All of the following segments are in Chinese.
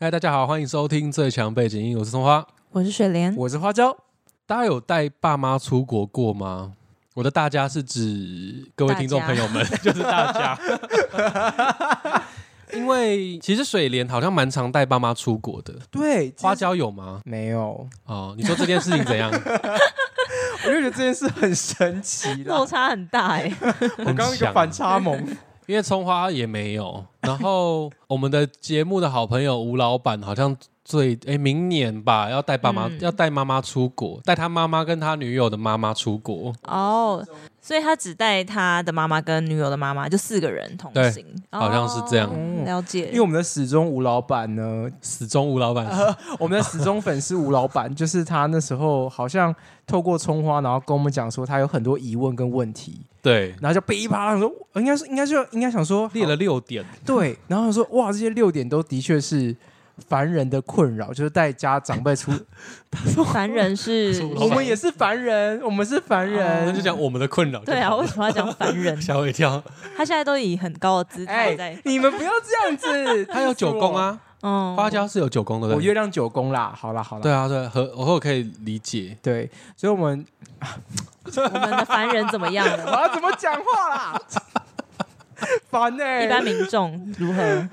嗨，大家好，欢迎收听最强背景音，我是松花。我是雪 莲，我是花椒，大家有带爸妈出国过吗？我的大家是指各位听众朋友们， 就是大家。 因为其实水莲好像蛮常带爸妈出国的，对，花其实椒有吗？没有，哦，你说这件事情怎 样？我就觉得这件事很神奇啦落。差很大哎、我刚刚一很像个反差萌，因为葱花也没有。然后我们的节目的好朋友吴老板好像最哎明年吧要带爸妈、嗯要带妈妈出国，带他妈妈跟他女友的妈妈出国。哦，所以他只带他的妈妈跟女友的妈妈，就四个人同行，好像是这样哦了解，因为我们的始终吴老板呢，死忠吴老板，我们的始终粉丝吴老板，就是他那时候好像透过葱花，然后跟我们讲说他有很多疑问跟问题，对，然后就噼里啪啦说，应该是应该就应该想说列了六点。对，然后说哇，这些六点都的确是凡人的困扰，就是带家 长辈出，凡人是是我我们也是凡人，我们是凡啊那人就，讲我们的困扰。？对啊，，为什么要讲凡人 吓我一 跳。他现在都以很高的姿态哎、在，你们不要这样子，他有九宫啊，嗯，花椒是有九宫的。对我不对月亮九宫啦，好啦好啦，对啊，对，和我和我可以理解。对，所以我们我们的凡人怎么样我 呢？要怎么讲话啦？ 烦呢、一般民众如何？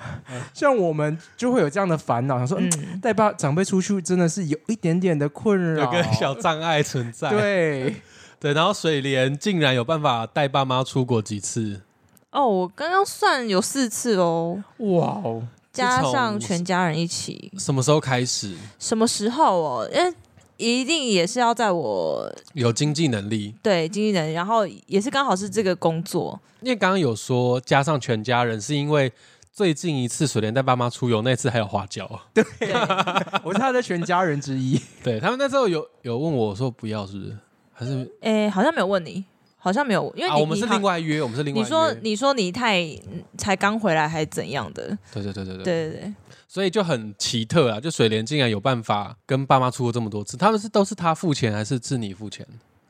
像我们就会有这样的烦恼，想说，嗯，嗯，带爸长辈出去真的是有一点点的困有啊扰，个小障碍存在，对，对，然后水莲竟然有办法带爸妈出国几次，哦，我刚刚算有四次哦，哇哦，加从上全家人一起，什么时候开始什么时候哦？因为一定也是要在我有经济能力？对经纪人，然后也是刚好是这个工作，因为刚刚有说加上全家人，是因为最近一次水莲带爸妈出游那次还有花椒，对，我是他的全家人之一，对他们那时候有有问我说不要是不是？还是哎、好像没有问你，好像没有，因为啊，你、我们是你好另外约，我们是另外你约。说你说你太才刚回来还怎样的？对对对对对对对对，所以就很奇特啊！就水莲竟然有办法跟爸妈出国这么多次，他们是都是他付钱还是是你付钱？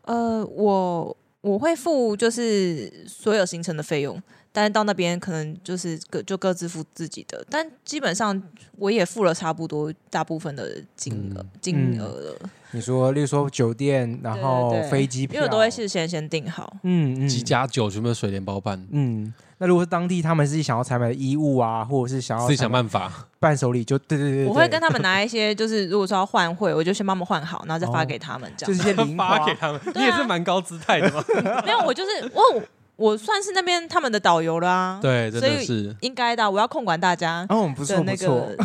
呃，我我会付就是所有行程的费用，但是到那边可能就是各就各自付自己的，但基本上我也付了差不多大部分的金额、嗯金额了，你说，例如说酒店，然后对对对飞机票，因为我都会事先先订好。嗯嗯几加九全部是水莲包办，嗯，那如果是当地他们自己想要采买的衣物啊，或者是想要自己想采买办法。伴手礼，就对对对对，我会对跟他 们拿一些，就是如果说要换汇，我就先帮他们换好，然后再发哦给他们这就样。是一些零花，他们，对啊蛮高姿态的嘛。没有，我就是我我算是那边他们的导游了啊。 对，真所的以是。应该的啊，我要控管大家嗯，不错的不那错，个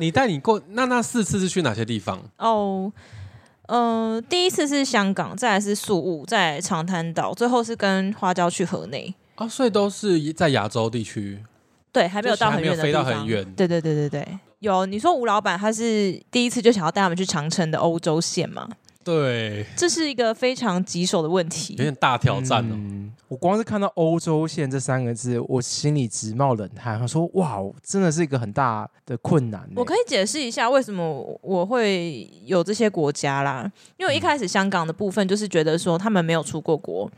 你带你过那那四次是去哪些地方？ 哦，呃，第一次是香港，再来是宿务，再来长滩岛，最后是跟花椒去河内。啊，所以都是在亚洲地区，对，还没有到很远的地就是还没有飞方，到很远对对对对对，有你说吴老板他是第一次就想要带他们去长城的欧洲线嘛？对，这是一个非常棘手的问题有。点大挑战哦。嗯我光是看到“欧洲线”这三个字，我心里直冒冷汗。我说：“哇，真的是一个很大的困难欸、我可以解释一下为什么我会有这些国家啦，因为我一开始香港的部分就是觉得说他们没有出过国，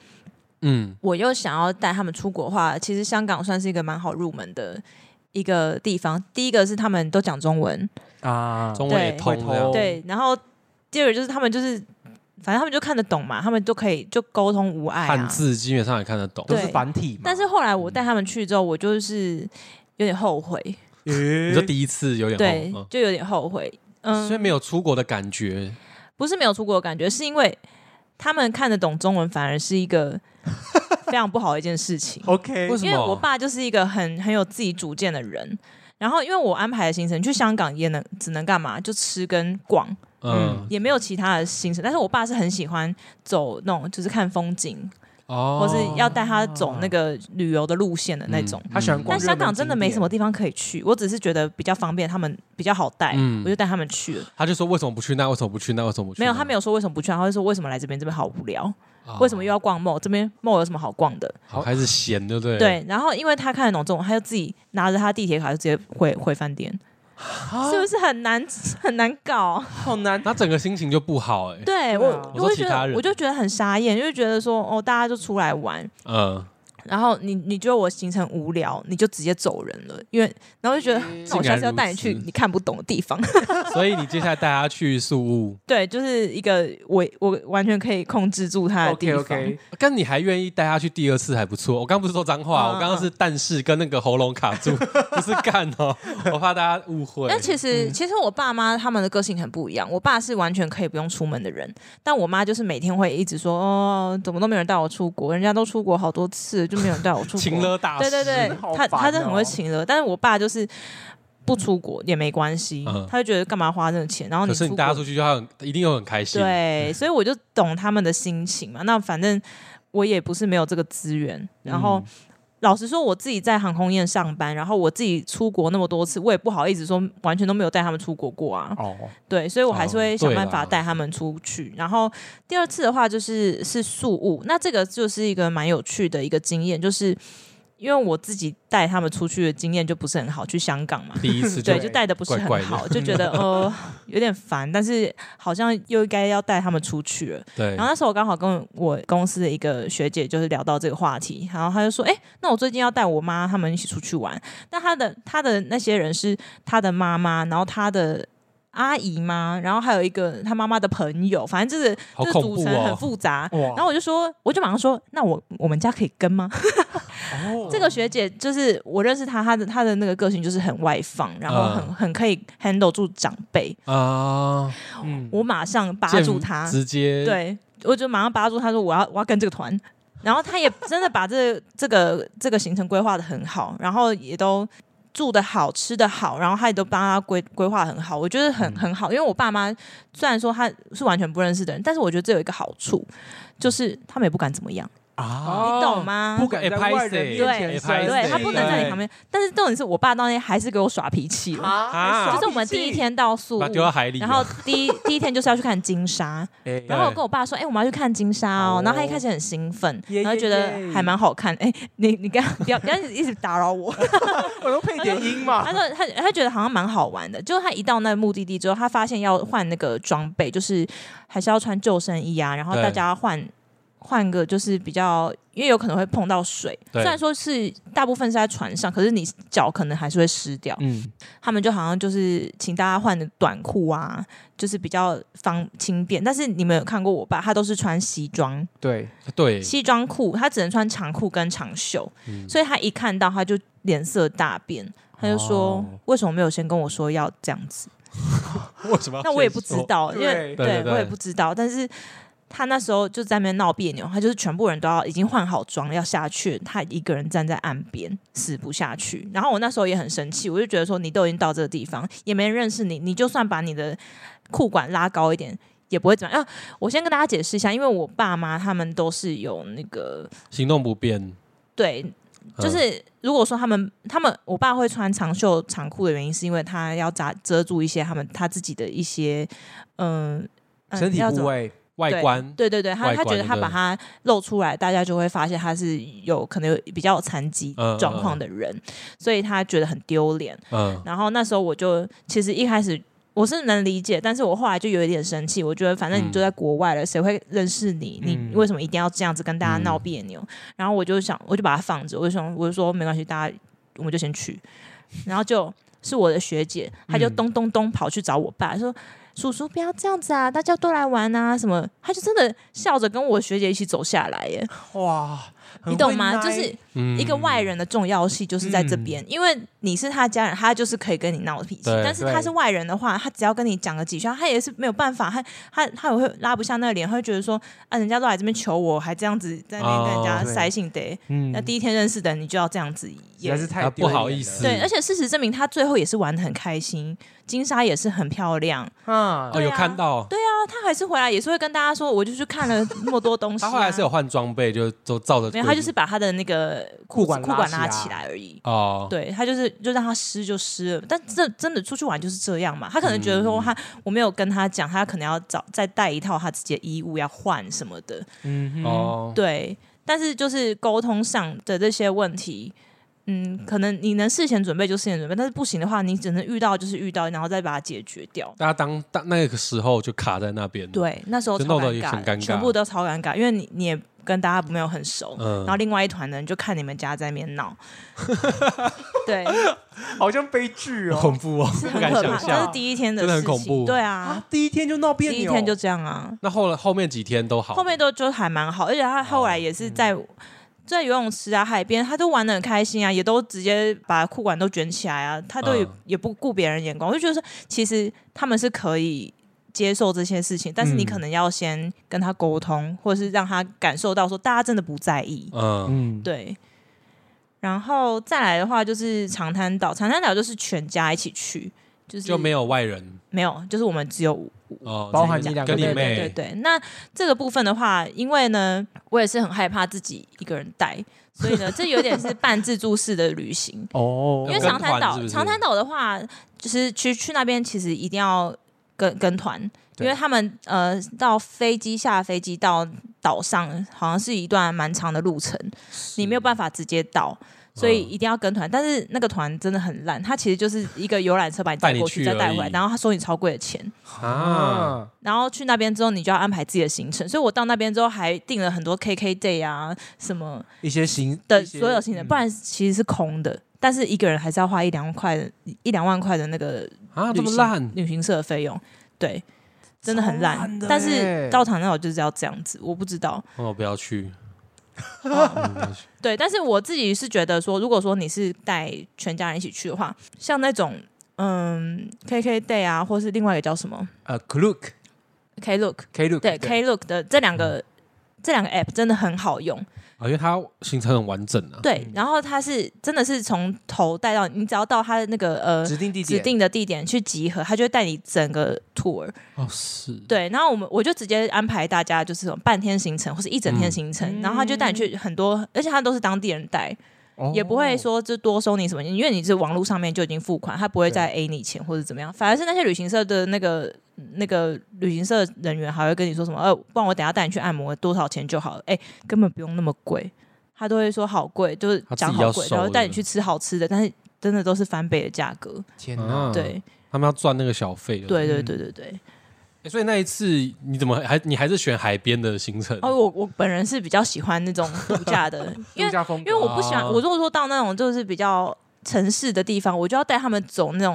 嗯，我又想要带他们出国的话，其实香港算是一个蛮好入门的一个地方。第一个是他们都讲中文，啊，中文也对通会这样通哦对，然后第二个就是他们就是反正他们就看得懂嘛，他们就可以就沟通无碍、啊、汉字基本上也看得懂。都对是繁体嘛。但是后来我带他们去之后，我就是有点后悔，你说第一次有点对红，，就有点后悔。嗯嗯，所以没有出国的感觉。不是没有出国的感觉，是因为他们看得懂中文，反而是一 个非常不好的一件事情。 OK，为什因为么？我爸就是一个很很有自己主见的人。然后，因为我安排的行程去香港也能只能干嘛，就吃跟逛，嗯嗯也没有其他的行程。但是我爸是很喜欢走那种就是看风景，哦，或是要带他走那个旅游的路线的嗯那种。他喜欢嗯逛但日香港真的没什么本地方可以去，我只是觉得比较方便，他们比较好带，嗯我就带他们去了。他就说为什么不去那？为什么不去那？为什么不去那？没有，他没有说为什么不去，他会说为什么来这边，这边好无聊，啊为什么又要逛 mall，这边 mall 有什么好逛的？好开始闲，对不对？，对，然后因为他看得懂中文，他就自己拿着他地铁卡就直接回回饭店，是不是很难很难搞？好难。那整个心情就不好哎、对啊我，我说就其觉他得人我就觉得很傻眼，就会觉得说哦，大家就出来玩，嗯，然后你你觉得我行程无聊，你就直接走人了，因为然后就觉得那我下次要带你去竟然如此你看不懂的地方。 所以你接下来带他去宿务，对，就是一个我我完全可以控制住他的地 OK 方。 OK，但你还愿意带他去第二次还不错。我刚不是说脏话，嗯我刚刚是但是跟那个喉咙卡住， 不是干哦，我怕大家误会。嗯但其实，其实我爸妈他们的个性很不一样。我爸是完全可以不用出门的人，但我妈就是每天会一直说：“哦，怎么都没有人带我出国，人家都出国好多次，就没有人带我出国。” 情勒大对师，对对，好他烦他真的很会哦请了，但是我爸就是不出国也没关系，嗯他就觉得干嘛花这个钱，然后可你是出你带他国，出嗯去就他很一定会很开心。对，所以我就懂他们的心情嘛。那反正我也不是没有这个资源，然嗯后。老实说，我自己在航空业上班，然后我自己出国那么多次，我也不好意思说完全都没有带他们出国过啊。哦，对，所以我还是会哦想对办法啦带他们出去。然后第二次的话就是是宿务，那这个就是一个蛮有趣的一个经验，就是因为我自己带他们出去的经验就不是很好，去香港嘛。第一次就对，就带的不是很怪怪的好，就觉得呃有点烦，但是好像又应该要带他们出去了。对然后那时候我刚好跟我公司的一个学姐就是聊到这个话题，然后她就说：“哎、那我最近要带我妈他们一起出去玩。”那她的她的那些人是她的妈妈，然后她的阿姨妈，然后还有一个她妈妈的朋友，反正就是好这恐组怖成很哦。复杂。哇，然后我就说，我就马上说，那我我们家可以跟吗？哦 这个学姐就是我认识她，她的她的那个个性就是很外放，然后很、嗯很可以 handle 住长辈。啊，嗯我马上扒见住她，直接，对，我就马上扒住他说我要我要跟这个团，然后他也真的把这这个这个行程规划的很好，然后也都住的好，吃的好，然后他也都帮他规规划得很好，我觉得很嗯很好，因为我爸妈虽然说他是完全不认识的人，但是我觉得这有一个好处，就是他们也不敢怎么样，啊，哦你懂吗？不敢在外人面前对摔敢对哎对他不能在你旁边，但是重点是我爸当天还是给我耍脾气了，啊就是我们第一，天到宿把务它丢到海里哦，然后第一第一天就是要去看金沙，哎然后我跟我爸说：“哎、我们要去看金沙哦。哦然后他一开始很兴奋，耶然后觉耶得耶还蛮好看。哎、你你刚不要不要一直打扰 我。我都配点他音 嘛，说他他觉得好像蛮好玩的。就他一到那个目的地之后，他发现要换那个装备，就是还是要穿救生衣啊，然后对大家换。换个就是比较，因为有可能会碰到水，虽对然说是大部分是在船上，可是你脚可能还是会湿掉。嗯，他们就好像就是请大家换的短裤啊，就是比较方轻便。但是你们有看过我爸，他都是穿西装，对，对，西装裤，他只能穿长裤跟长袖，嗯所以他一看到他就脸色大变，他就说：“哦为什么没有先跟我说要这样子为什么？”那我也不知，道，因为对对对对我也不知道，但是。他那时候就在那边闹别扭，他就是全部人都要已经换好妆要下去，他一个人站在岸边死不下去。然后我那时候也很生气，我就觉得说你都已经到这个地方，也没人认识你，你就算把你的裤管拉高一点，也不会怎么样。啊、我先跟大家解释一下，因为我爸妈他们都是有那个行动不便，对，就嗯是如果说他们他们，我爸会穿长袖长裤的原因，是因为他要遮遮住一些他们他自己的一些嗯、嗯身体要怎部么位，外观，对对对，他外他观觉得就他对把了它露出来，大家就会发现他是有可能有比较有残疾嗯嗯状况的人，所以他觉得很丢脸。嗯，然后那时候我就其实一开始我是能理解，但是我后来就有一点生气，我觉得反正你就在国外了，谁会认识你？嗯你为什么一定要这样子跟大家闹别扭？然后我就想，我就把它放着，我就想，我就说没关系，大家我们就先去。然后就是我的学姐，她就咚咚咚跑去找我爸，说。叔叔，不要这样子啊！大家都来玩啊，什么？他就真的笑着跟我学姐一起走下来耶，哇，你懂吗？就是嗯一个外人的重要性就是在这边，因为你是他家人，他就是可以跟你闹脾气。对但是他是外人的话，他只要跟你讲个几句，他也是没有办法，他他他也会拉不下那个脸，他会觉得说啊，人家都来这边求我，还这样子在那边跟人家哦塞性得。嗯那第一天认识的人你就要这样子实也在是太啊丢脸不好意思对，而且事实证明他最后也是玩的很开心，金沙也是很漂亮。了啊哦，有看到，那他还是回来也是会跟大家说，我就去看了那么多东西、啊。 他后来是有换装备，就都照着规矩，没有，他就是把他的那个裤裤管子裤管拉拉起起来来而已。哦，对他就是就让他湿就湿了，但这真的出去玩就是这样嘛。他可能觉得嗯说他、我没有跟他讲，他可能要找再带一套他自己的衣物要换什么的，嗯哼哦，对。但是就是沟通上的这些问题，嗯，可能你能事前准备就事前准备，但是不行的话，你只能遇到就是遇到，然后再把它解决掉。大家当当那个时候就卡在那边，，对，那时候就弄超得尴尬的，很尴尬全部都超尴尬，因为你你也跟大家没有很熟，嗯然后另外一团呢就看你们家在那边闹， 对，好像悲剧好哦恐。怖哦，是不很敢可想怕，这是象。第一天的真的事很情，恐怖对啊，第一天就闹别第扭，一天就这样啊， 那后来后面几天都好，嗯后面都就还蛮好，而且他后来也是在、在游泳池啊、海边，他都玩的很开心啊，也都直接把裤管都卷起来啊，他都也、嗯也不顾别人眼光，我就觉得说其实他们是可以。接受这些事情，但是你嗯可能要先跟他沟通，或者是让他感受到说大家真的不在意，嗯嗯，对。然后再来的话就是长滩岛，长滩岛就是全家一起去，就是就没有外人没有，就是我们只有哦，包含这你个两跟你个妹。对妹，对，那这个部分的话，因为呢，我也是很害怕自己一个人带，所以呢，这有点是半自助式的旅行哦因为跟长滩团岛，是不是长滩岛的话，就是去去那边其实一定要跟跟团，因对为他们呃到飞机下飞机到岛上，好像是一段蛮长的路程，你没有办法直接到。所以嗯一定要跟团，但是那个团真的很烂，它其实就是一个游览车把你带载你过去，去再带而回来，已然后他收你超贵的钱。啊，，然后去那边之后，你就要安排自己的行程。所以我到那边之后，还订了很多 KK day 啊什么一些行的一些所有行程，嗯不然其实是空的。但是一个人还是要花一两块的一两万块的那个啊旅这么行烂，旅行社的费用，对，真的很烂。超烂的但欸是到场那我就是要这样子，我不知 道。哦不要去，哦对，但是我自己是觉得说，如果说你是带全家人一起去的话，像那种嗯 KK day 啊，或是另外一个叫什么呃，Klook K Look， Klook 对 Klook 的这两嗯个、这两个 app 真的很好用。啊，因为它行程很完整啊，对嗯，然后它是真的是从头带到你，只要到它的那个呃指定地点指定的地点去集合，它就会带你整个 tour。哦是，对，然后我们我就直接安排大家就是有半天行程或是一整天行程，嗯然后他就带你去很多，而且他都是当地人带，哦也不会说就多收你什么，因为你是网络上面就已经付款，他不会再 A 你钱或者怎么样，反而是那些旅行社的那个。那个旅行社人员还会跟你说什么？呃，不然我等一下带你去按摩，多少钱就好了。哎、根本不用那么贵，他都会说好贵，就是他自己讲要好贵，收然后带的你去吃好吃的，但是真的都是翻倍的价格。天哪，嗯对，他们要赚那个小费，不对，对，嗯对，对，对。欸所以那一次你怎么还你还是选海边的行程？哦，我我本人是比较喜欢那种度假的， 因度为假风因为我不喜欢，哦我如果说到那种就是比较城市的地方，我就要带他们走那种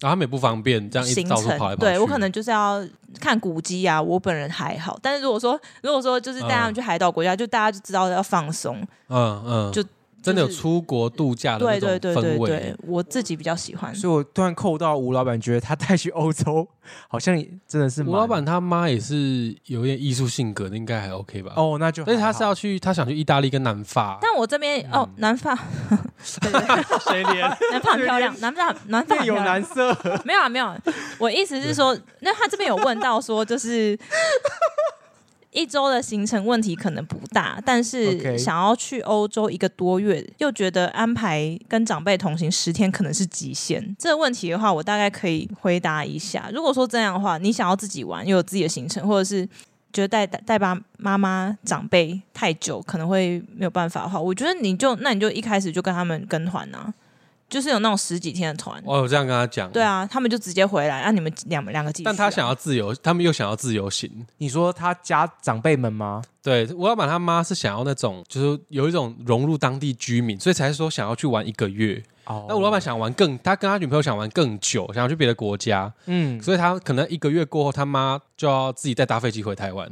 然后他们也不方便这样一直行到处跑来程，跑去。对我可能就是要看古迹啊，我本人还好，但是如果说如果说就是带他们去海岛国家，就大家就知道要放松，嗯嗯，就真的有就是出国度假的对啊那对种对对氛对围。，我自己比较喜欢，所以我突然扣到吴老板，觉得他带去欧洲好像也真的是吴蛮老板他妈也是有点艺术性格的，应该还 OK 吧？哦，哦，那就还好但是他是要去，他想去意大利跟南法。但我这边哦，嗯南法， 对对对谁 连？南法很漂亮，南法南法很面有漂亮难，色， 没有啊，没有啊。我意思是说，那他这边有问到说，就是一周的行程问题可能不大，但 OK 是想要去欧洲一个多月，又觉得安排跟长辈同行十天可能是极限。这个问题的话，我大概可以回答一下。如果说这样的话，你想要自己玩，又有自己的行程，或者是。觉得带带带爸妈妈长辈太久可能会没有办法的话，我觉得你就那你就一开始就跟他们跟团啊，就是有那种十几天的团，我有这样跟他讲。对。啊，他们就直接回来，让、你们两两个继续啊、但他想要自由，他们又想要自由行。你说他家长辈们吗？对，吴老板他妈是想要那种，就是有一种融入当地居民，所以才说想要去玩一个月。哦那吴老板想玩更，他跟他女朋友想玩更久，想要去别的国家。嗯，所以他可能一个月过后，他妈就要自己再搭飞机回台湾，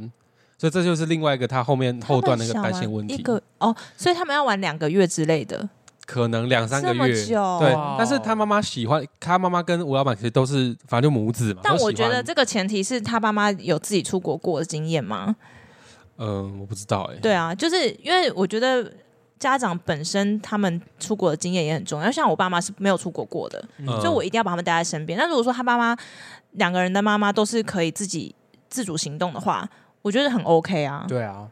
所以这就是另外一个他后面后段那个担心问一题，哦个哦，所以他们要玩两个月之类的，可能两三个这么月。久。对哇，哦但是他妈妈喜欢，他妈妈跟吴老板其实都是，反正就母子嘛。但都喜我欢觉得，这个前提是他爸妈有自己出国过的经验吗？嗯、我不知道哎、欸。对啊，就是因为我觉得家长本身他们出国的经验也很重要，像我爸妈是没有出国过的，嗯，所以我一定要把他们带在身边。那如果说他爸妈两个人的妈妈都是可以自己自主行动的话，我觉得很 OK 啊。对啊，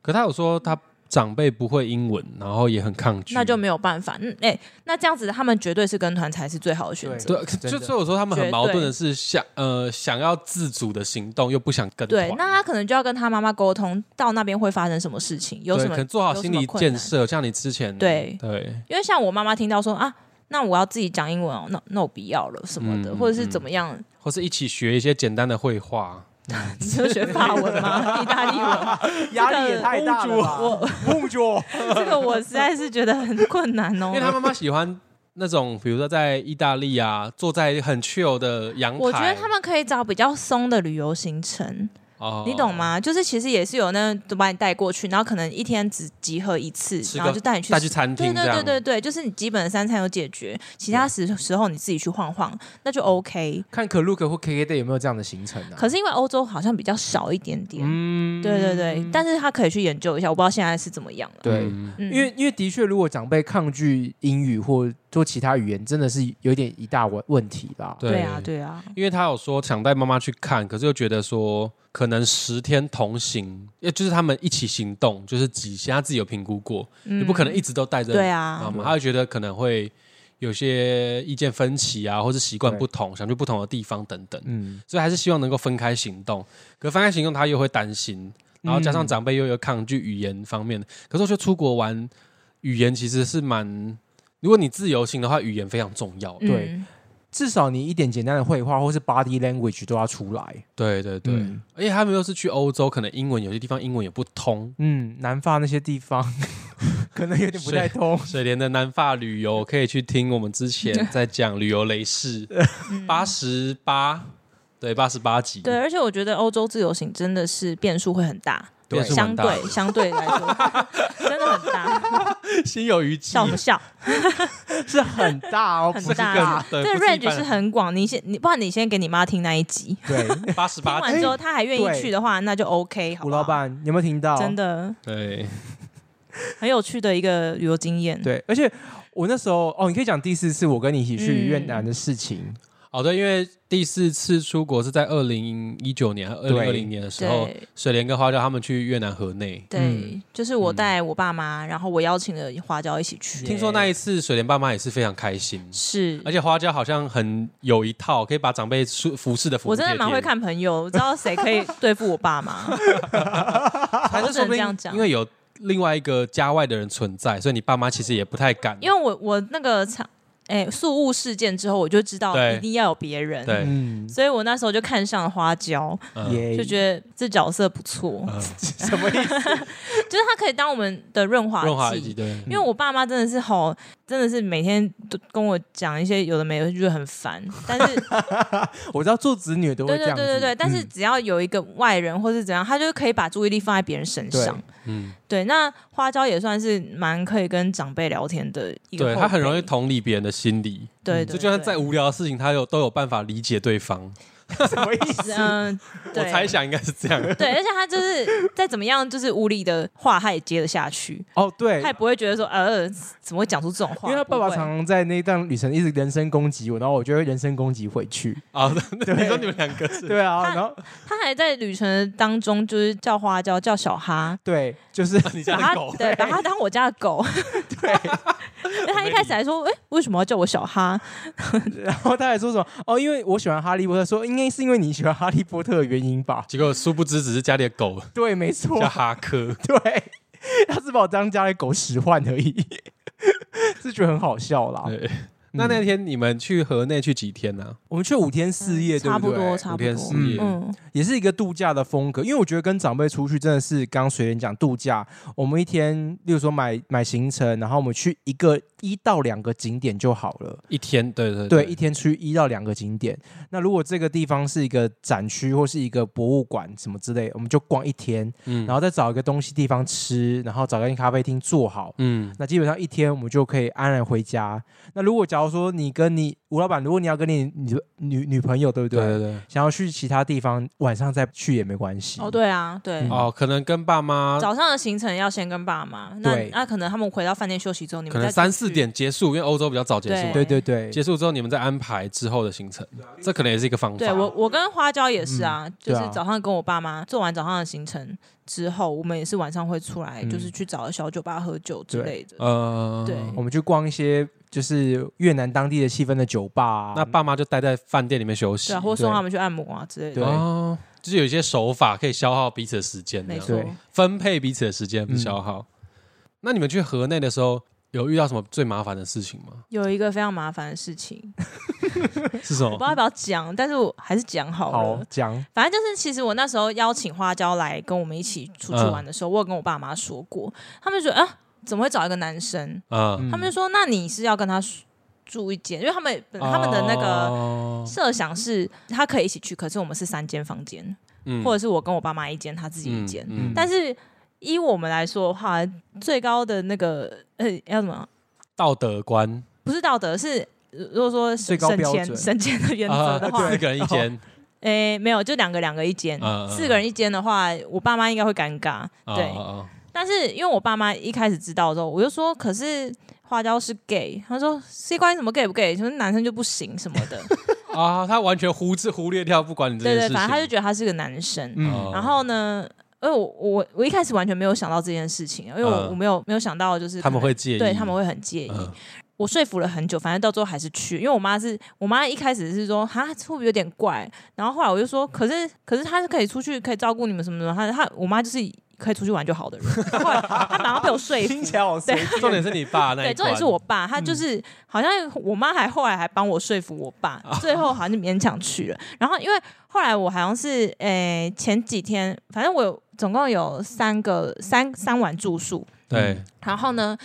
可他有说他长辈不会英文，然后也很抗拒，那就没有办法，嗯，哎、那这样子他们绝对是跟团才是最好的选择。对，真的就所以我说他们很绝对矛盾的是想呃想要自主的行动，又不想跟团对，那他可能就要跟他妈妈沟通，到那边会发生什么事情，有对什么可能做好有什心么理困建难设，像你之前对对因为像我妈妈听到说啊，那我要自己讲英文哦，那那我不要了什么的，嗯或者是嗯怎么样，或是一起学一些简单的绘画。 你就学法文吗？意大利文？压力也太大了吧。我梦主，这个我实在是觉得很困难哦因为。他妈妈喜欢那种，比如说在意大利啊，坐在很 chill 的阳台，我觉得他们可以找比较松的旅游行程，哦你懂？吗？就是其实也是有那种都把你带过去，然后可能一天只集合一次，吃然后个就带你去带去餐对厅对这样，对对对，就是你基本的三餐有解决，其他时时候你自己去晃晃，那嗯就 OK。看可 look 或 KK day 有没有这样的行程啊？可是因为欧洲好像比较少一点点，嗯对对对，但是他可以去研究一下，我不知道现在是怎么样了。对，嗯嗯因为因为的确，如果长辈抗拒英语或做其他语言，真的是有点一大问问题啦。对对啊对啊，因为他有说想带妈妈去看，可是又觉得说可能十天同行，也就是他们一起行动，就是极限，他自己有评估过，你你不可能一直都带着，嗯对妈啊，妈，他会觉得可能会有些意见分歧啊，或是习惯不同，想去不同的地方等等，嗯，所以还是希望能够分开行动。可分开行动，他又会担心，嗯然后加上长辈又有抗拒语言方面的。可是我觉得出国玩语言其实是蛮，如果你自由行的话，语言非常重要。对嗯至少你一点简单的绘画或是 body language 都要出来。对对对，嗯而且他们又是去欧洲，可能英文有些地方英文也不通。嗯，南法那些地方 可能有点不太通。嗯水莲的南法旅游可以去听我们之 前在讲旅游雷士八十八，对八十八集，嗯对，，而且我觉得欧洲自由行真的是变数会很大，对变数相蛮大的对相对来说 真的很大，心有余悸笑，不笑？是很大哦， 很不是大啊大。对，这 range 是很广，你先你不然你先给你妈听那一集，对， 八十听八完之后她还愿对意去的话，那就 OK，好吴不好哎老板，你有没有听到？真的对，很有趣的一个旅游经验。对，而且我那时候哦，你可以讲第四次我跟你一起去嗯越南的事情。哦对，因为第四次出国是在二零一九年、二零二零年的时候，对水莲跟花椒他们去越南河内。对，嗯就是我带我爸妈，然后我邀请了花椒一起去，听说那一次水莲爸妈也是非常开心，是而。且花椒好像很有一套，可以把长辈服服侍的服服我真的帖蛮帖会，看朋友，我知道谁 可以对付我爸妈。还是我只说能不这样定讲因为有另外一个家外的人存在，所以你爸妈其实也不太敢。因为我我那个场，哎、宿务事件之后，我就知道对一定要有别人，对嗯，所以我那时候就看上了花椒，嗯耶就觉得这角色不错， 什么意思？就是他可以当我们的润滑润滑剂嗯剂。对，因为我爸妈真的是好，真的是每天都跟我讲一些有的没的，就觉得很烦。但是我知道做子女都会对这对样对子。对对，但是嗯只要有一个外人或是怎样，他就可以把注意力放在别人身上。嗯，对，那花椒也算是蛮可以跟长辈聊天的一个对后辈，他很容易同理别人的心理，对，对就就算再无聊的事情，他有都有办法理解对方。什么意思？嗯， 我对猜想应该是这样， 对，而且他就是再怎么样，就是无理的话，他也接得下去， 哦，对哎 他也，不会觉得说呃怎么会讲出这种话，因为他爸爸不会常常在那一段旅程一直人身攻击我，然后我就会人身攻击回去。啊，那你说你们两个是对啊，他然后他还在旅程当中就是叫花椒叫小哈。对，就是 你家把的他狗，啊对，把他当我家的 狗。对， 因为他一开始还说：“哎、为什么要叫我小哈然后他还说什么哦，因为我喜欢哈利波特，说应该是因为你喜欢哈利波特的原因吧？结果殊不知只是家里的狗 对，没错叫，哈克， 对， 他是把我当家里狗使唤而已， 是觉得很好嗯笑啦。对。那那天你们去河内去几天呢、我们去五天四夜，？”对差嗯不不对？多，差不天多。四夜嗯，也是一个度假的风格，因为我觉得跟长辈出去真的是，刚刚随便讲度假，我们一天，例如说买买行程，然后我们去一个一到两个景点就好了。一天，对对对，一天去一到两个景点。那如果这个地方是一个展区或是一个博物馆什么之类，我们就逛一天，嗯然后再找一个东西地方吃，然后找间咖啡厅坐好。嗯，那基本上一天我们就可以安然回家。那如果假如说你跟你吴老板，如果你要跟你女女女朋友，对不对对？对对。想要去其他地方，晚上再去也没关系。哦，对啊，对。嗯哦，可能跟爸妈，早上的行程要先跟爸妈，那对那可能他们回到饭店休息之后，你们可能再出三四去点结束，因为欧洲比较早结束嘛。对对对，结束之后，你们再安排之后的行程，这可能也是一个方法。对我，我跟花椒也是啊，就对是啊早上跟我爸妈做完早上的行程之后，我们也是晚上会出来，就是去找小酒吧喝酒之类的。呃，对我们去逛一些就是越南当地的气氛的酒吧、啊。那爸妈就待在饭店里面休息对啊，。或送对他们去按摩啊之类对的。哦，就是有一些手法可以消耗彼此的时间，没这样错对，分配彼此的时间，不是消耗。那你们去河内的时候，有遇到什么最麻烦的事情 吗？有一个非常麻烦的事情，是什我么不知？道要不要讲，但是我还是讲好了。好讲，反正就是，其实我那时候邀请花椒来跟我们一起出去嗯玩的时候，我有跟我爸妈说过，他们就觉得啊，怎么会找一个男生？啊，嗯他们就说，那你是要跟他住一间，因为他们本他们的那个哦个设想是他可以一起去，可是我们是三间房间，嗯嗯或者是我跟我爸妈一间，他自己一间。嗯但是依我们来说的话，最高的那个呃要怎么？道德观不是道德，是如果说最省高标钱准省钱的原则啊的 话，四个人一间，诶，没有，就两个两个一间，嗯嗯四个人一间的话，我爸妈应该会尴尬。啊对，啊但是因为我爸妈一开始知道的时候，我就说，可是花椒是 gay，他说是关于什么 gay 不 gay，就是男生就不行什么的。啊啊，他完全忽视忽略掉，不 管你这对件事对，情。反正他就觉得他是个男生。嗯，哦然后呢，因为我我我一开始完全没有想到这件事情，因为我、嗯我没有没有想到就是他们可能会介意，对他们会很介意。嗯我说服了很久，反正到最后还是去，因为我妈是我妈一开始是说哈会不会有点怪，然后后来我就说，可是可是她是可以出去可以照顾你们什么什么，她她我妈就是可以出去玩就好的人，后来她马上被我说服。 听起来好随便重点是你爸那一对，重点是关嗯我爸，他就是、好像我妈还后来还帮我说服我爸，哦最后好像就勉强去了。然后因为后来我好像是诶、前几天，反正我有总共有三个三三晚住宿，对然后呢，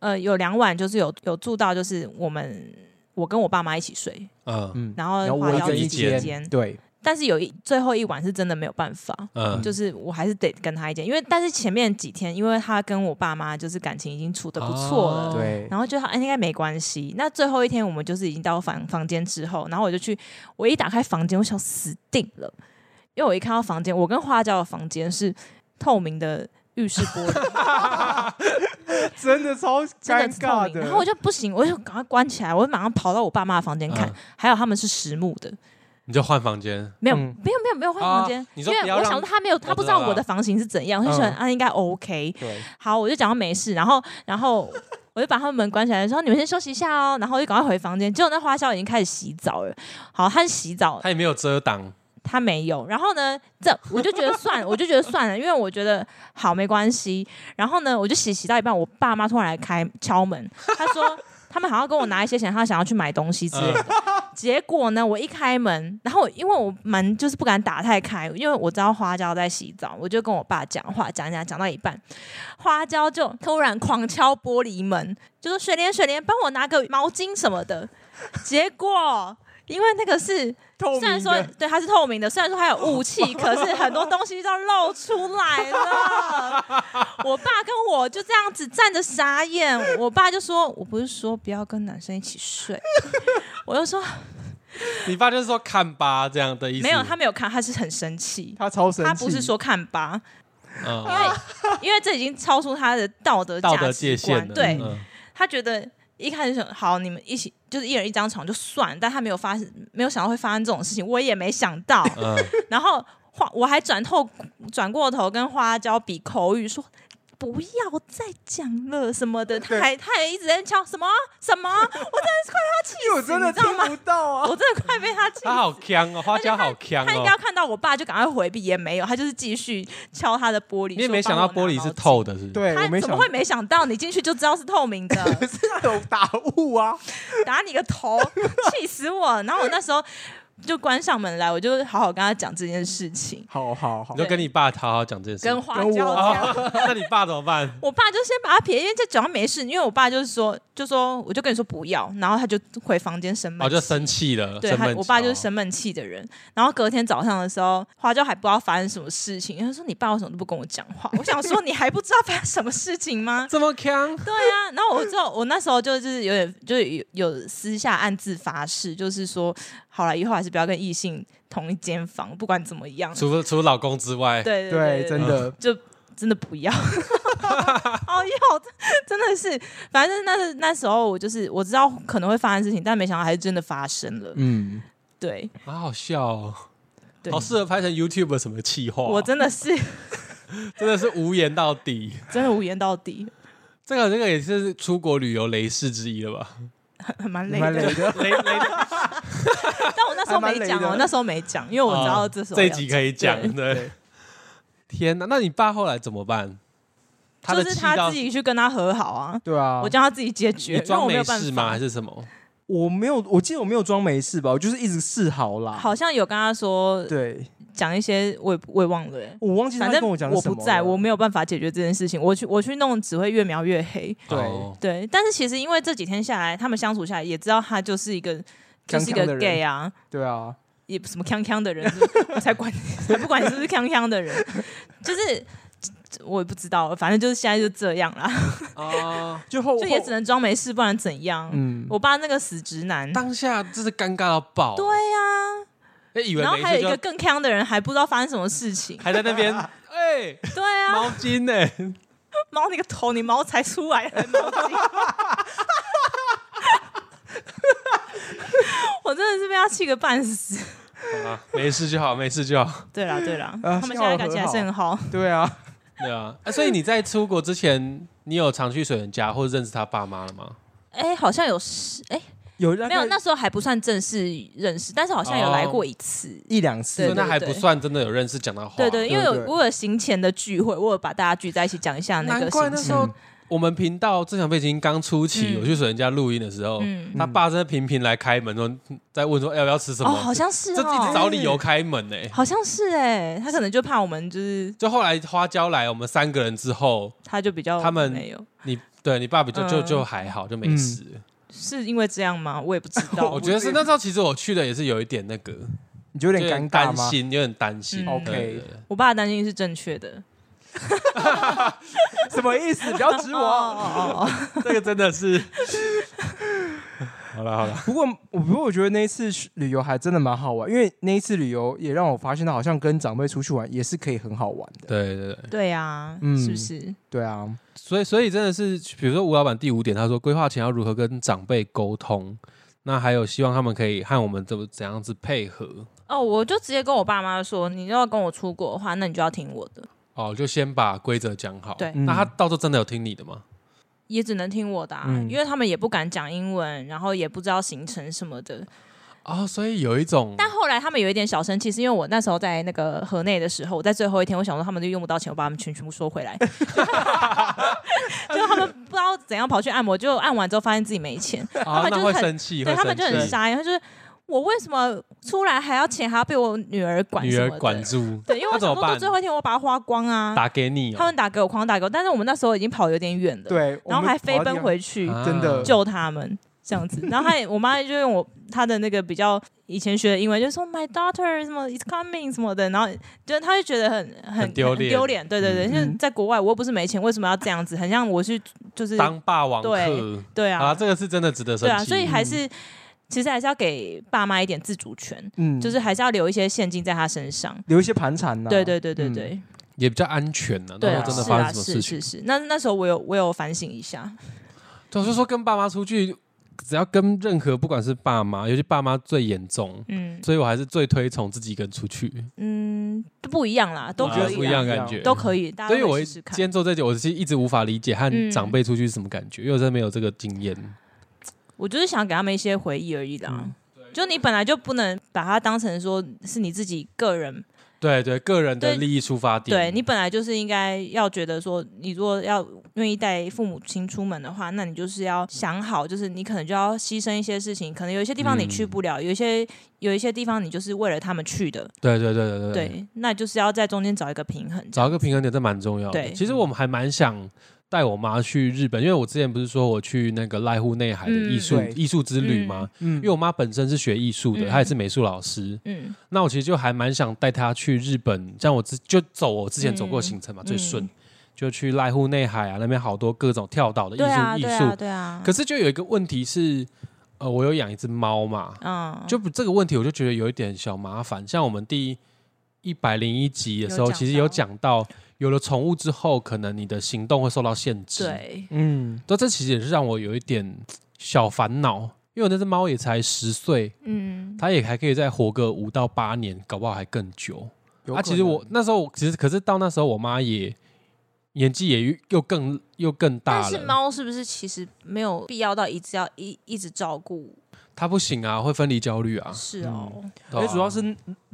呃，有两晚就是有有住到，就是我们我跟我爸妈一起睡，嗯嗯，然后然后花我一椒个人一一一起间间，对，但是有一最后一晚是真的没有办法，嗯，就是我还是得跟他一间，因为但是前面几天，因为他跟我爸妈就是感情已经处的不错了。哦对，然后就他哎应该没关系。那最后一天，我们就是已经到房房间之后，然后我就去，我一打开房间，我想死定了，因为我一看到房间，我跟花椒的房间是透明的浴室玻璃， 真的超真的尴是透尬明。的。然后我就不行，我就赶快关起来，我就马上跑到我爸妈的房间看，嗯还有他们是实木的，你就换房间，没有。嗯没有没有没有换啊房间，你因说不为要我让想说他没有，他不知道我知道啊我的房型是怎样，我就想嗯啊应该 OK。对，好，我就假装没事，然后然后我就把他们门关起来，说你们先休息一下哦，然后我就赶快回房间。结果那花椒已经开始洗澡了，好，他是洗澡，他也没有遮挡，他没有。然后呢，这我就觉得算了，我 就觉得算了，因为我觉得好没关系。然后呢，我就洗洗到一半，我爸妈突然来开敲门，他说 他们好像跟我拿一些钱，他想要去买东西之嗯类的。结果呢，我一开门，然后因为我门就是不敢打太开，因为我知道花椒在洗澡，我就跟我爸讲话，讲一讲讲到一半，花椒就突然狂敲玻璃门，就说水莲水莲，帮我拿个毛巾什么的。结果因为那个是透虽然明说的，对它是透明的，虽然说它有雾气，可是很多东西都露出来了。我爸跟我就这样子站着傻眼，我爸就说：“我不是说不要跟男生一起睡。”我就说你爸就是说看吧这样的意：“思，没有，他没有看，他是很生气。”他超神奇，他不是说看吧，因嗯为 因为这已经超出他的道德价道值德界限观了，对嗯他觉得一开始想好，你们一起就是一人一张床就算，但他没有发没有想到会发生这种事情，我也没想 到。嗯，然后花我还转头转过头跟花椒比口语说。不要再讲了什么的，他对还他还一直在敲什么什么，我真的是快要气因为我死，真的你知道听吗？不到啊。我真的快被他气 死他。好呛哦，花椒好呛他应该哦要，看到我爸就赶快回避，也没有，他就是继续敲他的玻璃。你也没说想帮到我拿玻璃是毛巾透的，是不是？对，我没他怎想么会没想到？你进去就知道是透明的， 是有打雾啊？打你个头，气死我！然后我那时候就关上门来，我就好好跟他讲这件事情，好好好你，就跟你爸好好讲这件跟事。花跟椒我讲。哦， 那你爸怎么 办？我爸就先把他撇，因为这假装没事，因为我爸就是说，就说我就跟你说不要，然后他就回房间生闷气，哦，就生气了，对生他闷，气哦我爸就是生闷气的人。然后隔天早上的时候，花椒还不知道发生什么事情，他说你爸为什么都不跟我讲话？我想说你还不知道发生什么事情吗 哦？这么呛，对啊，然后我之后我那时候就是有点就是有有私下暗自发誓，就是说好了，以后还是不要跟异性同一间房，不管怎么样。除了除了老公之外，对对对，真的，就真的不要。 哦哟，真的是，反正那那时候我就是我知道可能会发生事情，但没想到还是真的发生了。嗯，对，好好笑哦，对好适合拍成 YouTube 的什么气话，我真的是 真的是无言到底。真的无言到底，这个这个也是出国旅游雷事之一了吧？很蛮累蛮累 的。的。雷雷的，但我那时候没讲还蛮累哦 的，那时候没讲， 因为我知道这时候哦这要一集可以讲。对，对天哪！那你爸后来怎么办？他的就是气他到自己去跟他和好啊，对啊，我叫他自己解决你，让装我没没有办事吗？法还。是什么？我没有，我记得我没有装没事吧，我就是一直示好啦。好像有跟他说对，讲一些，我也我也忘了、欸，我忘记他反跟正我讲是什不么在，了我没有办法解决这件事情。我去我去弄，只会越描越黑。对哦对，但是其实因为这几天下来，他们相处下来也知道他就是一个就是一锵锵的个人 gay 啊，对啊，也什么锵锵的人， 我才管才不管你是不是锵锵的人，就是我也不知道，反正就是现在就这样啦，啊，就后就也后只能装没事，不然怎样？嗯，我爸那个死直男，当下真是尴尬到爆。对呀、哎，以为然后没还有事一个就更锵的人，还不知道发生什么事 情。还在那 边，哎，对啊，毛巾呢？猫你个头，你毛才出来，还 毛巾。 我真的是被他气个半死。好啦啊没事就好，没事就好。对啦，对啦，啊他们现在感情还是很好。对啊，对啊，啊所以你在出国之前，你有常去水人家或者认识他爸妈了吗？哎、好像有是哎、有没有，大概那时候还不算正式认识，但是好像有来哦过一次。一两所对以次，那还不算真的有认识讲到话。对对，因为对有对我有行前的聚会，我有把大家聚在一起讲一下那难个怪行那时程。候我们频道正想被金刚初期，嗯我去水人家录音的时候，嗯，他爸真的频频来开门，说在问说要不要吃什哦，么，好像是这一直哦，找理由开门呢、好像是哎、他可能就怕我们就是，就后来花椒来我们三个人之后，他就比较他们没有，你对你爸比就、嗯就就还好，就没事。是因为这样吗？我也不知 道。我觉得是那时候其实我去的也是有一点那个，你就有有点尴尬担吗？心，有点担心。嗯 OK 对对对我爸的担心是正确的。什么意思？不要指我。 哦哦， 这个真的是。 好了好了，不过我不过我觉得那一次去旅游还真的蛮好玩，因为那一次旅游也让我发现到好像跟长辈出去玩也是可以很好玩的。对对对，对呀，嗯是不是？对啊，所以所以真的是，比如说吴老板第五点，他说规划前要如何跟长辈沟通，那还有希望他们可以和我们怎么怎样子配合哦，我就直接跟我爸妈说，你要跟我出国的话，那你就要听我的，哦，就先把规则讲好。对那他嗯到时候真的有听你的吗？也只能听我的、啊，嗯因为他们也不敢讲英文，然后也不知道行程什么的。哦，所以有一种但后来他们有一点小生气，是因为我那时候在那个河内的时候，我在最后一天，我想说他们就用不到钱，我把他们全全部收回来。 就他们不知道怎样跑去按摩，就按完之后发现自己没钱，啊，们就那是会很生气，对会他们就生很气傻眼，他就是我为什么出来还要钱，还要被我女儿管女什么儿的？嗯管住，对，因为那我怎么想说到办最后一天我把它花光啊。打给你他哦，们打给我，狂打给我，但是我们那时候已经跑得有点远了，，对，然我后们还飞跑到奔地回去啊真的救他们这样子。然后还我妈就用我她的那个比较以前学的英文，就说 My daughter 什么 is coming 什么的，然后就她就觉得很很很丢脸丢脸，对对对，嗯就是在国外我又不是没钱，为什么要这样子？很像我是就是当霸王客对对啊，啊，这个是真的值得生对啊，气。所以还是其实还是要给爸妈一点自主权，嗯，就是还是要留一些现金在他身上。留一些盘缠呐。对对对对嗯对，也比较安全呢、对到时啊，候真的是发啊，生什么是事情是，是，那那时候我有我有反省一下，总是说跟爸妈出去，只要跟任何不管是爸妈，尤其爸妈最严重，嗯所以我还是最推崇自己一个人出去，嗯，都不一样啦，都我觉得可以不一啦，样的感觉，都可以，大家所以都我可以一试试今看。天做这集，我是一直无法理解和长辈出去是什么感觉，因为我真的没有这个经验。嗯我就是想给他们一些回忆而已啦。嗯就你本来就不能把它当成说是你自己个人，对对，个人的对利益出发点，对你本来就是应该要觉得说，你如果要愿意带父母亲出门的话，那你就是要想好，就是你可能就要牺牲一些事情，可能有一些地方你去不嗯了，有一些有一些地方你就是为了他们去的，对对对对对对，那就是要在中间找一个平衡。找一个平衡点，这蛮重要的。对其实我们还蛮想带我妈去日本，因为我之前不是说我去那个濑户内海的艺术、嗯对艺术之旅吗？嗯因为我妈本身是学艺术的，嗯她也是美术老师。嗯，那我其实就还蛮想带她去日本，像我之就走我之前走过嗯行程嘛，最顺嗯就去濑户内海啊，那边好多各种跳岛的艺对啊，术艺对术啊，。对啊。可是就有一个问题是，呃，我有养一只猫嘛，嗯，就不这个问题，我就觉得有一点小麻烦。像我们第一百零一集的时候，有讲到其实有讲到，有了宠物之后，可能你的行动会受到限制。，对，嗯，那这其实也是让我有一点小烦恼，因为我那只猫也才十岁，嗯，它也还可以再活个五到八年，搞不好还更久。有啊，可其实我能那时候我其实可是到那时候，我妈也年纪也又更又更大但了。是猫是不是其实没有必要到一直要一一直照顾？他不行啊，会分离焦虑啊。是嗯哦，对啊因哎为主要是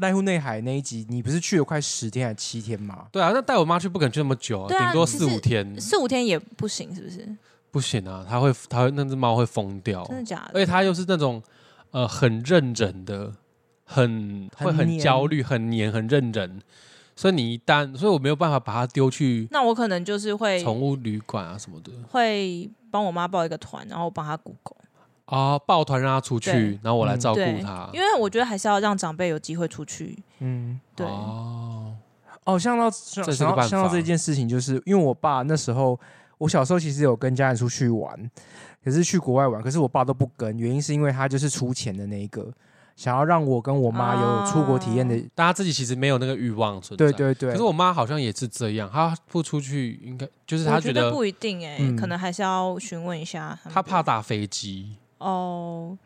濑户内海那一集，你不是去了快十天还是七天吗？对啊，那带我妈去不可能去那么久、对顶、啊多其四实五天，四五天也不行，是不是？不行啊，它会它会那只猫会疯掉，真的假而且的？它又是那种呃很认真的，很很会很黏焦虑、很黏、很认真，所以你一旦，所以我没有办法把它丢去那我可能就是会宠物旅馆啊什么的会帮我妈报一个团，然后帮她 Google，啊，抱团让它出去对，然后我来嗯照顾对它。哦因为我觉得还是要让长辈有机会出去。嗯，对，哦，哦，想到想这是个想到办想到法这件事情，就是因为我爸那时候，我小时候其实有跟家人出去玩，可是去国外玩，可是我爸都不跟，原因是因为他就是出钱的那一个，想要让我跟我妈哦有出国体验的，大家自己其实没有那个欲望存在。对对对。可是我妈好像也是这样，她不出去，应该就是她我觉得不一定哎、嗯可能还是要询问一下他们。她怕打飞机。哦，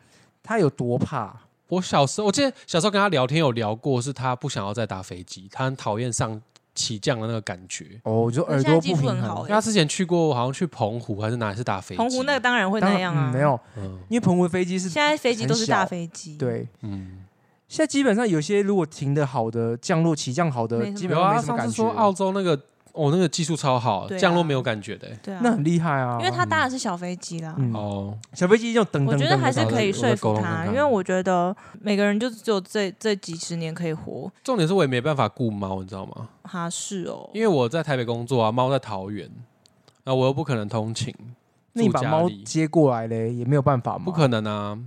他有多怕？我小时候，我记得小时候跟她聊天有聊过，是她不想要再搭飞机，她很讨厌上起降的那个感觉。哦，我就那耳现在朵技不术平很好欸衡因为。她之前去过，好像去澎湖还是哪里是搭飞机？澎湖那个当然会当那然样啊，嗯没，有，嗯因为澎湖的飞机是现在飞机都是大很小飞机，，对，嗯，现在基本上有些如果停的好的，降落起降好没的，什么基本有上啊，没什么上感次觉。说澳洲那个，哦，那个技术超好，对啊降落没有感觉的、欸对啊，那很厉害啊，因为他当然是小飞机啦。嗯哦，小飞机就等等，我觉得还是可以我再说沟服通看他，看因为我觉得每个人就只有这这几十年可以活，重点是我也没办法顾猫，你知道吗？哈是哦，因为我在台北工作啊，猫在桃园，那我又不可能通勤，那你住把家猫里接过来嘞，也没有办法嘛。不可能啊，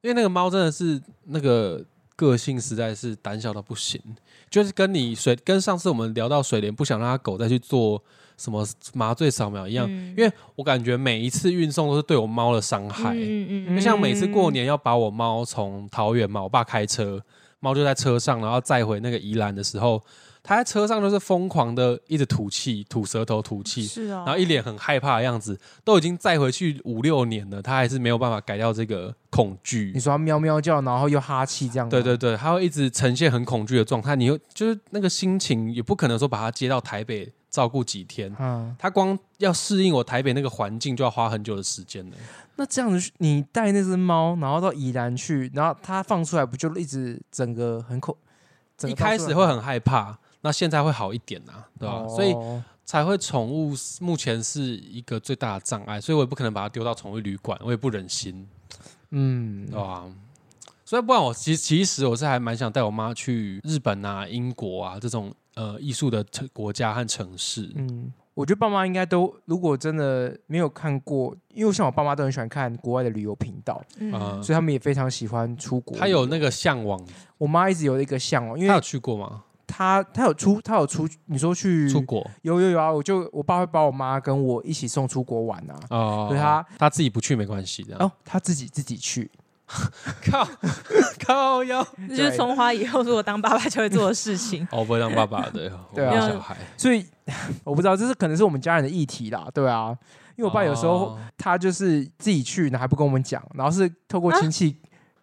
因为那个猫真的是那个个性实在是胆小到不行，就是跟你水跟上次我们聊到水莲不想让它狗再去做什么麻醉扫描一样，嗯因为我感觉每一次运送都是对我猫的伤害，嗯就像每次过年要把我猫从桃园嘛，我爸开车，猫就在车上，然后载回那个宜兰的时候，它在车上就是疯狂的一直吐气、吐舌头、吐气，是哦，然后一脸很害怕的样子，都已经载回去五六年了，它还是没有办法改掉这个恐惧你。说它喵喵叫，然后又哈气这样吗。对对对，它会一直呈现很恐惧的状态，你又就是那个心情，也不可能说把它接到台北照顾几天。嗯，它光要适应我台北那个环境，就要花很久的时间了。那这样子，你带那只猫，然后到宜兰去，然后它放出来，不就一直整个很恐？整一个到开处始会很害怕，那现在会好一点啊，对吧、哦所以才会宠物是目前是一个最大的障碍，所以我也不可能把它丢到宠物旅馆，我也不忍心，嗯对，吧、所以不然我其实其实我是还蛮想带我妈去日本啊、英国啊这种呃艺术的城国家和城市。嗯，我觉得爸妈应该都，如果真的没有看过，因为像我爸妈都很喜欢看国外的旅游频道，啊嗯，所以他们也非常喜欢出国。她有那个向往，我妈一直有一个向往，因她有为去过吗？她她有出她有出，你说去出国有有有啊，我就我爸会把我妈跟我一起送出国玩啊。哦，对她她自己不去没关系的。哦，他自己自己去， 靠靠腰，这就是葱花以后如果当爸爸就会做的事情 。哦，不会当爸爸 的，对啊我没有小孩。所以 我不知道这是可能是我们家人的议题啦，对啊，因为我爸有时候哦他就是自己去，然后还不跟我们讲，然后是透啊过亲戚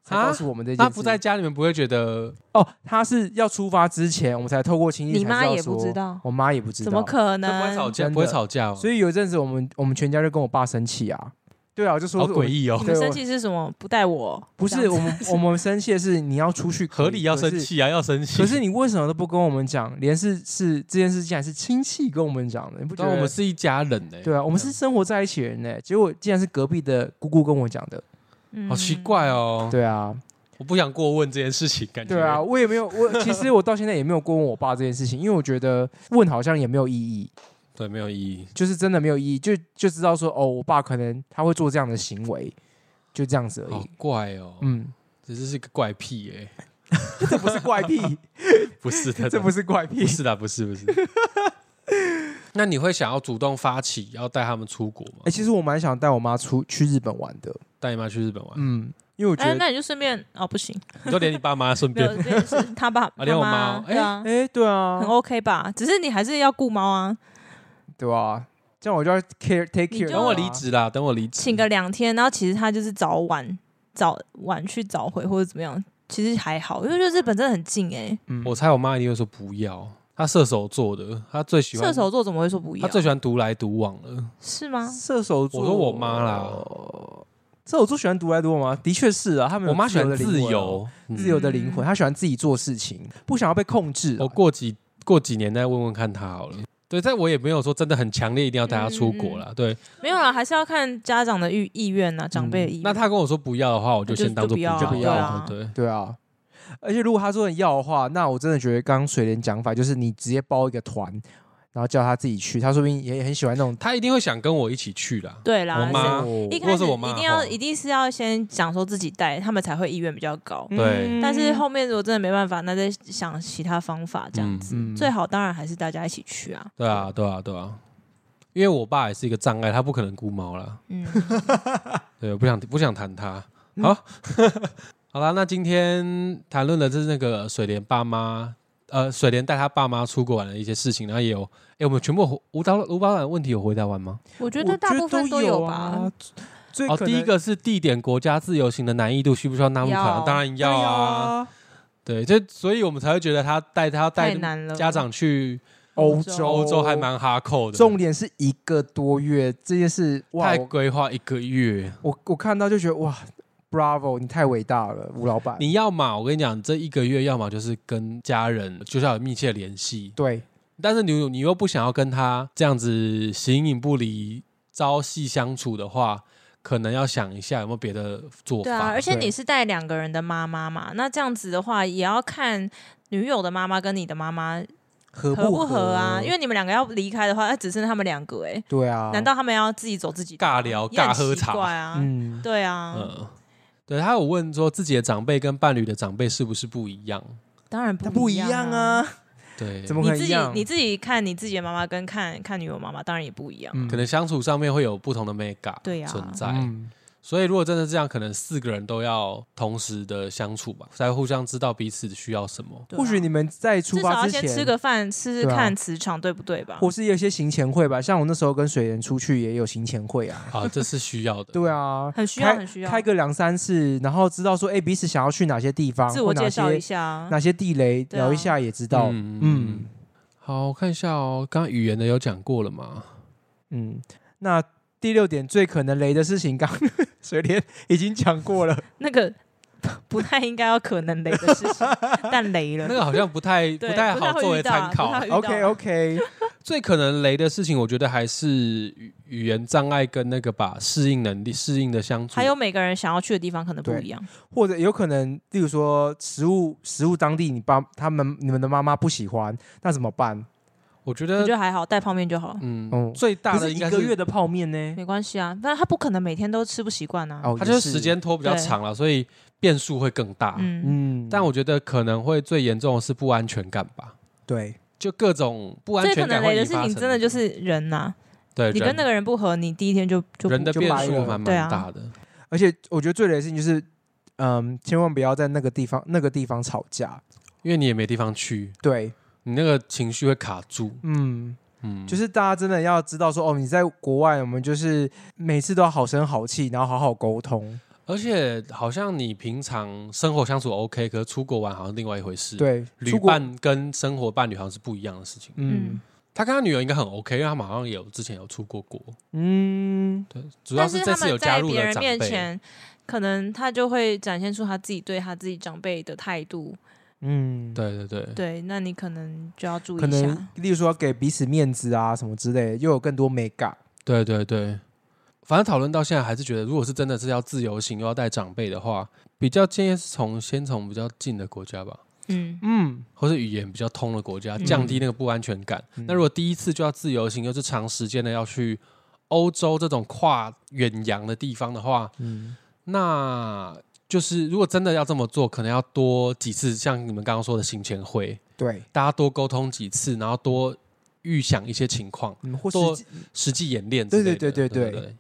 才告诉我们这件事。那不在家，你们不会觉得哦，他是要出发之前，我们才透过亲戚，你妈也不知，道，我妈也不知道，怎么可那不会吵能？架？真的不会吵架哦，所以有一阵子我们我们全家就跟我爸生气啊，对啊，我就说好诡异你哦。对们我生气是什么？不带我？不这是样子我们我们生气的是你要出去可以合理要生。气啊，要生可气。 是可是你为什么都不跟我们讲？连是是这件事竟然是亲戚跟我们讲的，你不觉但得？我们是一家人欸呢，对啊，我们是生活在一起的人呢，结果竟然是隔壁的姑姑跟我讲 的。啊嗯好奇怪。哦。对啊，我不想过问这件事情，感觉对啊，，我也没有，我其实我到现在也没有过问我爸这件事情，因为我觉得问好像也没有意义，对，没有意义。就是真的没有意义，就就知道说哦，我爸可能他会做这样的行为，就这样子而好已。怪哦，嗯，这只是个怪癖哎，这不是怪 癖，不是的， 这不是是怪癖不。是的，不是不 是。那你会想要主动发起要带他们出国吗哎、？其实我蛮想带我妈出去日本玩的，带你妈去日本玩， 嗯，因为我觉哎，得，那你就顺便哦，不行，你就连你爸妈顺没便有，这是他爸，啊连我妈妈哦，对啊，哎、对啊很，OK 吧？只是你还是要顾猫啊，对啊，这样我就要 care take 你就 care 妈等妈。我离职啦，等我离职，啊请个两天，然后其实他就是早晚早晚去早回或者怎么样，其实还好，因为就日本真的很近哎。嗯，我猜我妈一定会说不要。她射手座的，她最喜欢射手座怎么会说不一她样？啊最喜欢独来独往了。是吗？ 射手座，我说我妈啦这我最喜欢独来独往吗？的确是啊，他们有我妈喜欢的灵自魂啊由，嗯自由的灵魂，嗯她喜欢自己做事情，不想要被控制啊、我过几过几年再问问看她好了。对，但我也没有说真的很强烈一定要带她出国嗯啦。对，没有啦，还是要看家长的意意愿呐，长辈的意愿。那她跟我说不要的话，我就就先当做就不要啊对要啊。对，对啊，而且如果他说你要的话，那我真的觉得刚刚水莲讲法就是你直接包一个团，然后叫他自己去，他说不定也很喜欢那种。嗯她一定会想跟我一起去啦。对啦，我妈是一或开是始我妈一定要吼一定是要先讲说自己带，他们才会意愿比较高。对但是后面如果真的没办法，那再想其他方法这样子。嗯最好当然还是大家一起去啊。对啊，对啊，对啊，因为我爸也是一个障碍，他不可能估猫啦。嗯，对，我不想不想谈他。好， 好啦，那今天谈论的是那个水莲爸妈，呃，水莲带他爸妈出国玩的一些事情，然后也有，哎、我们全部无导无导览问题有回答完吗？我觉我得大部分都有吧。啊。最哦，可第一能个是地点国家自由行的难易度需不需要纳入考量？要当然对要啊，啊，对，这所以我们才会觉得他带他太带难了，家长去欧欧洲洲欧洲还蛮哈扣的，重点是一个多月这件事，哇太，我规划一个月。我我看到就觉得哇，Bravo，你太伟大了，吴老板。你要嘛，我跟你讲，这一个月要么就是跟家人就是要有密切联系，对，但是你又你又不想要跟他这样子形影不离、朝夕相处的话，可能要想一下有没有别的做法。对啊，而且对你是带两个人的妈妈嘛，那这样子的话，也要看女友的妈妈跟你的妈妈合合不不合啊。因为为你们两个要离开的话，那只剩他们两个哎、对啊，难道他们要自己走自己的哦尬吗聊也很尬喝奇茶怪啊，嗯，对啊，嗯，对他有问说自己的长辈跟伴侣的长辈是不是不一样？当然那不不一样啊啊。，对，怎么你可能自一己样？你自己看你自己的妈妈跟看看女友妈妈，当然也不一样。嗯可能相处上面会有不同的 mega 对啊存在。嗯所以如果真的这样，可能四个人都要同时的相处吧，才互相知道彼此需要什 么。对啊或许你们在出至少发要之先前吃个饭，吃吃对啊看磁场对不对吧？或是有些行前会吧，像我那时候跟水莲出去也有行前会啊。啊，这是需要的。对啊，很需要开很需要开个两三次，然后知道说，哎、彼此想要去哪些地方，自我或哪介绍些一下啊，哪些地雷，对啊聊一下也知道。嗯嗯嗯。好，我看一下哦，刚刚语言的有讲过了 嘛？嗯，那第六点最可能雷的事情，刚 水莲已经讲 过了，那个 不太应该要可能雷的事 情，但雷了那。个好像不太不对太好会作为遇到参不考啊太。会遇到 OK OK，最可能雷的事情，我觉得还是语语言障碍跟那个吧，适应能力、适应的相处。还有每个人想要去的地方可能不对一样， 或者有可能，例如说食物，食物当地你爸他们你们的妈妈不喜欢，那怎么办？我觉我觉得，得还好，带泡面就好，嗯，哦最大可的是应一该个月是，嗯的泡面呢？没关系啊。但他不可能每天都吃不习惯啊。哦，它也就是时，间拖比较对长了，所以变数会更大。嗯，嗯，但我觉得可能会最严重的是不安全感吧，对，就各种不安最可全能感雷会的引事发情成真的就是人啊呐、对你跟那人个人不合，你第一天就就不人的就变掰数了蛮对蛮啊大的。而且我觉得最雷的事情就是，嗯，千万不要在那个地方那个地方吵架。因为你也没地方去，对，你那个情绪会卡住。嗯，嗯，就是大家真的要知道说，哦，你在国外，我们就是每次都要好声好气，然后好好沟通。而且好像你平常生活相处 OK，可是出国玩好像另外一回事。，对，旅出国，伴跟生活伴侣好像是不一样的事情。嗯他跟他女友应该很 OK，因为他们好像有之前有出过国，嗯，对，主要但是这他次们有加在入别了人长面辈。前，可能他就会展现出他自己对他自己长辈的态度。嗯，对对对，对，那你可能就要注意可一下。能例如说给彼此面子啊什么之类的，又有更多美感。对对对，反正讨论到现在还是觉得，如果是真的是要自由行又要带长辈的话，比较建议是从先从比较近的国家吧，嗯，嗯，或是语言比较通的国家，嗯降低那个不安全感。嗯那如果第一次就要自由行，又是长时间的要去欧洲这种跨远洋的地方的话，嗯，那就是如果真的要这么做，可能要多几次，像你们刚刚说的行前会，对，大家多沟通几次，然后多预想一些情况，嗯，或做是实际演练之对类的。对对对对对对，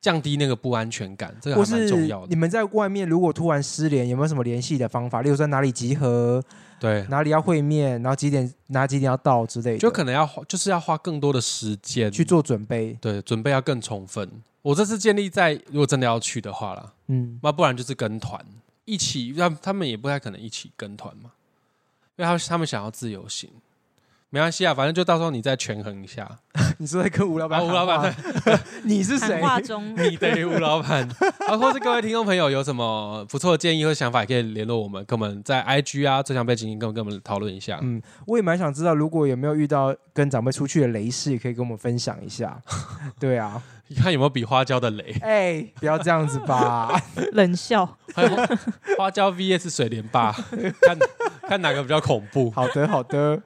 降低那个不安全感，这个或还蛮是重要你的。们在外面如果突然失联，有没有什么联系的方法？例如说哪里集合，对，哪里要会面，然后几点哪几点要到之类的，就可能要花，就是要花更多的时间去，做准备。对，准备要更充分。我这次建立在如果真的要去的话啦，嗯，那不然就是跟团一起，让他们也不太可能一起跟团嘛， 因为他他们想要自由行，没关系啊，反正就到时候你再权衡一下。你是在跟吴老啊板喊吴话？老板 你是谁谈？话中，你得吴老板，啊，或是各位听众朋友有什么不错的建议或想法，也可以联络我们，跟我们在 IG 啊，最想被经营，跟我们跟我们讨论一下。嗯我也蛮想知道，如果有没有遇到跟长辈出去的雷事，也可以跟我们分享一下。对啊，看有没有比花椒的 雷，哎、不要这样子吧。 冷笑，还有哎花椒 VS 水莲吧，看看哪个比较恐怖。好的，好的，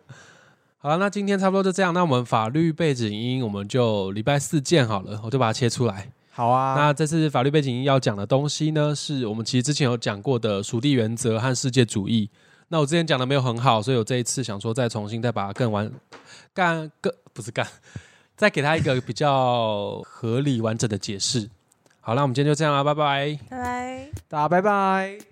好了，那今天差不多就这样。那我们法律背景音，我们就礼拜四见好了，我就把它切出来。好啊。那这次法律背景音要讲的东西呢，是我们其实之前有讲过的属地原则和世界主义。那我之前讲的没有很好，所以我这一次想说再重新再把它更完干更不是干，再给它一个比较合理完整的解释。好，那我们今天就这样啦，拜拜。拜拜。大家拜拜。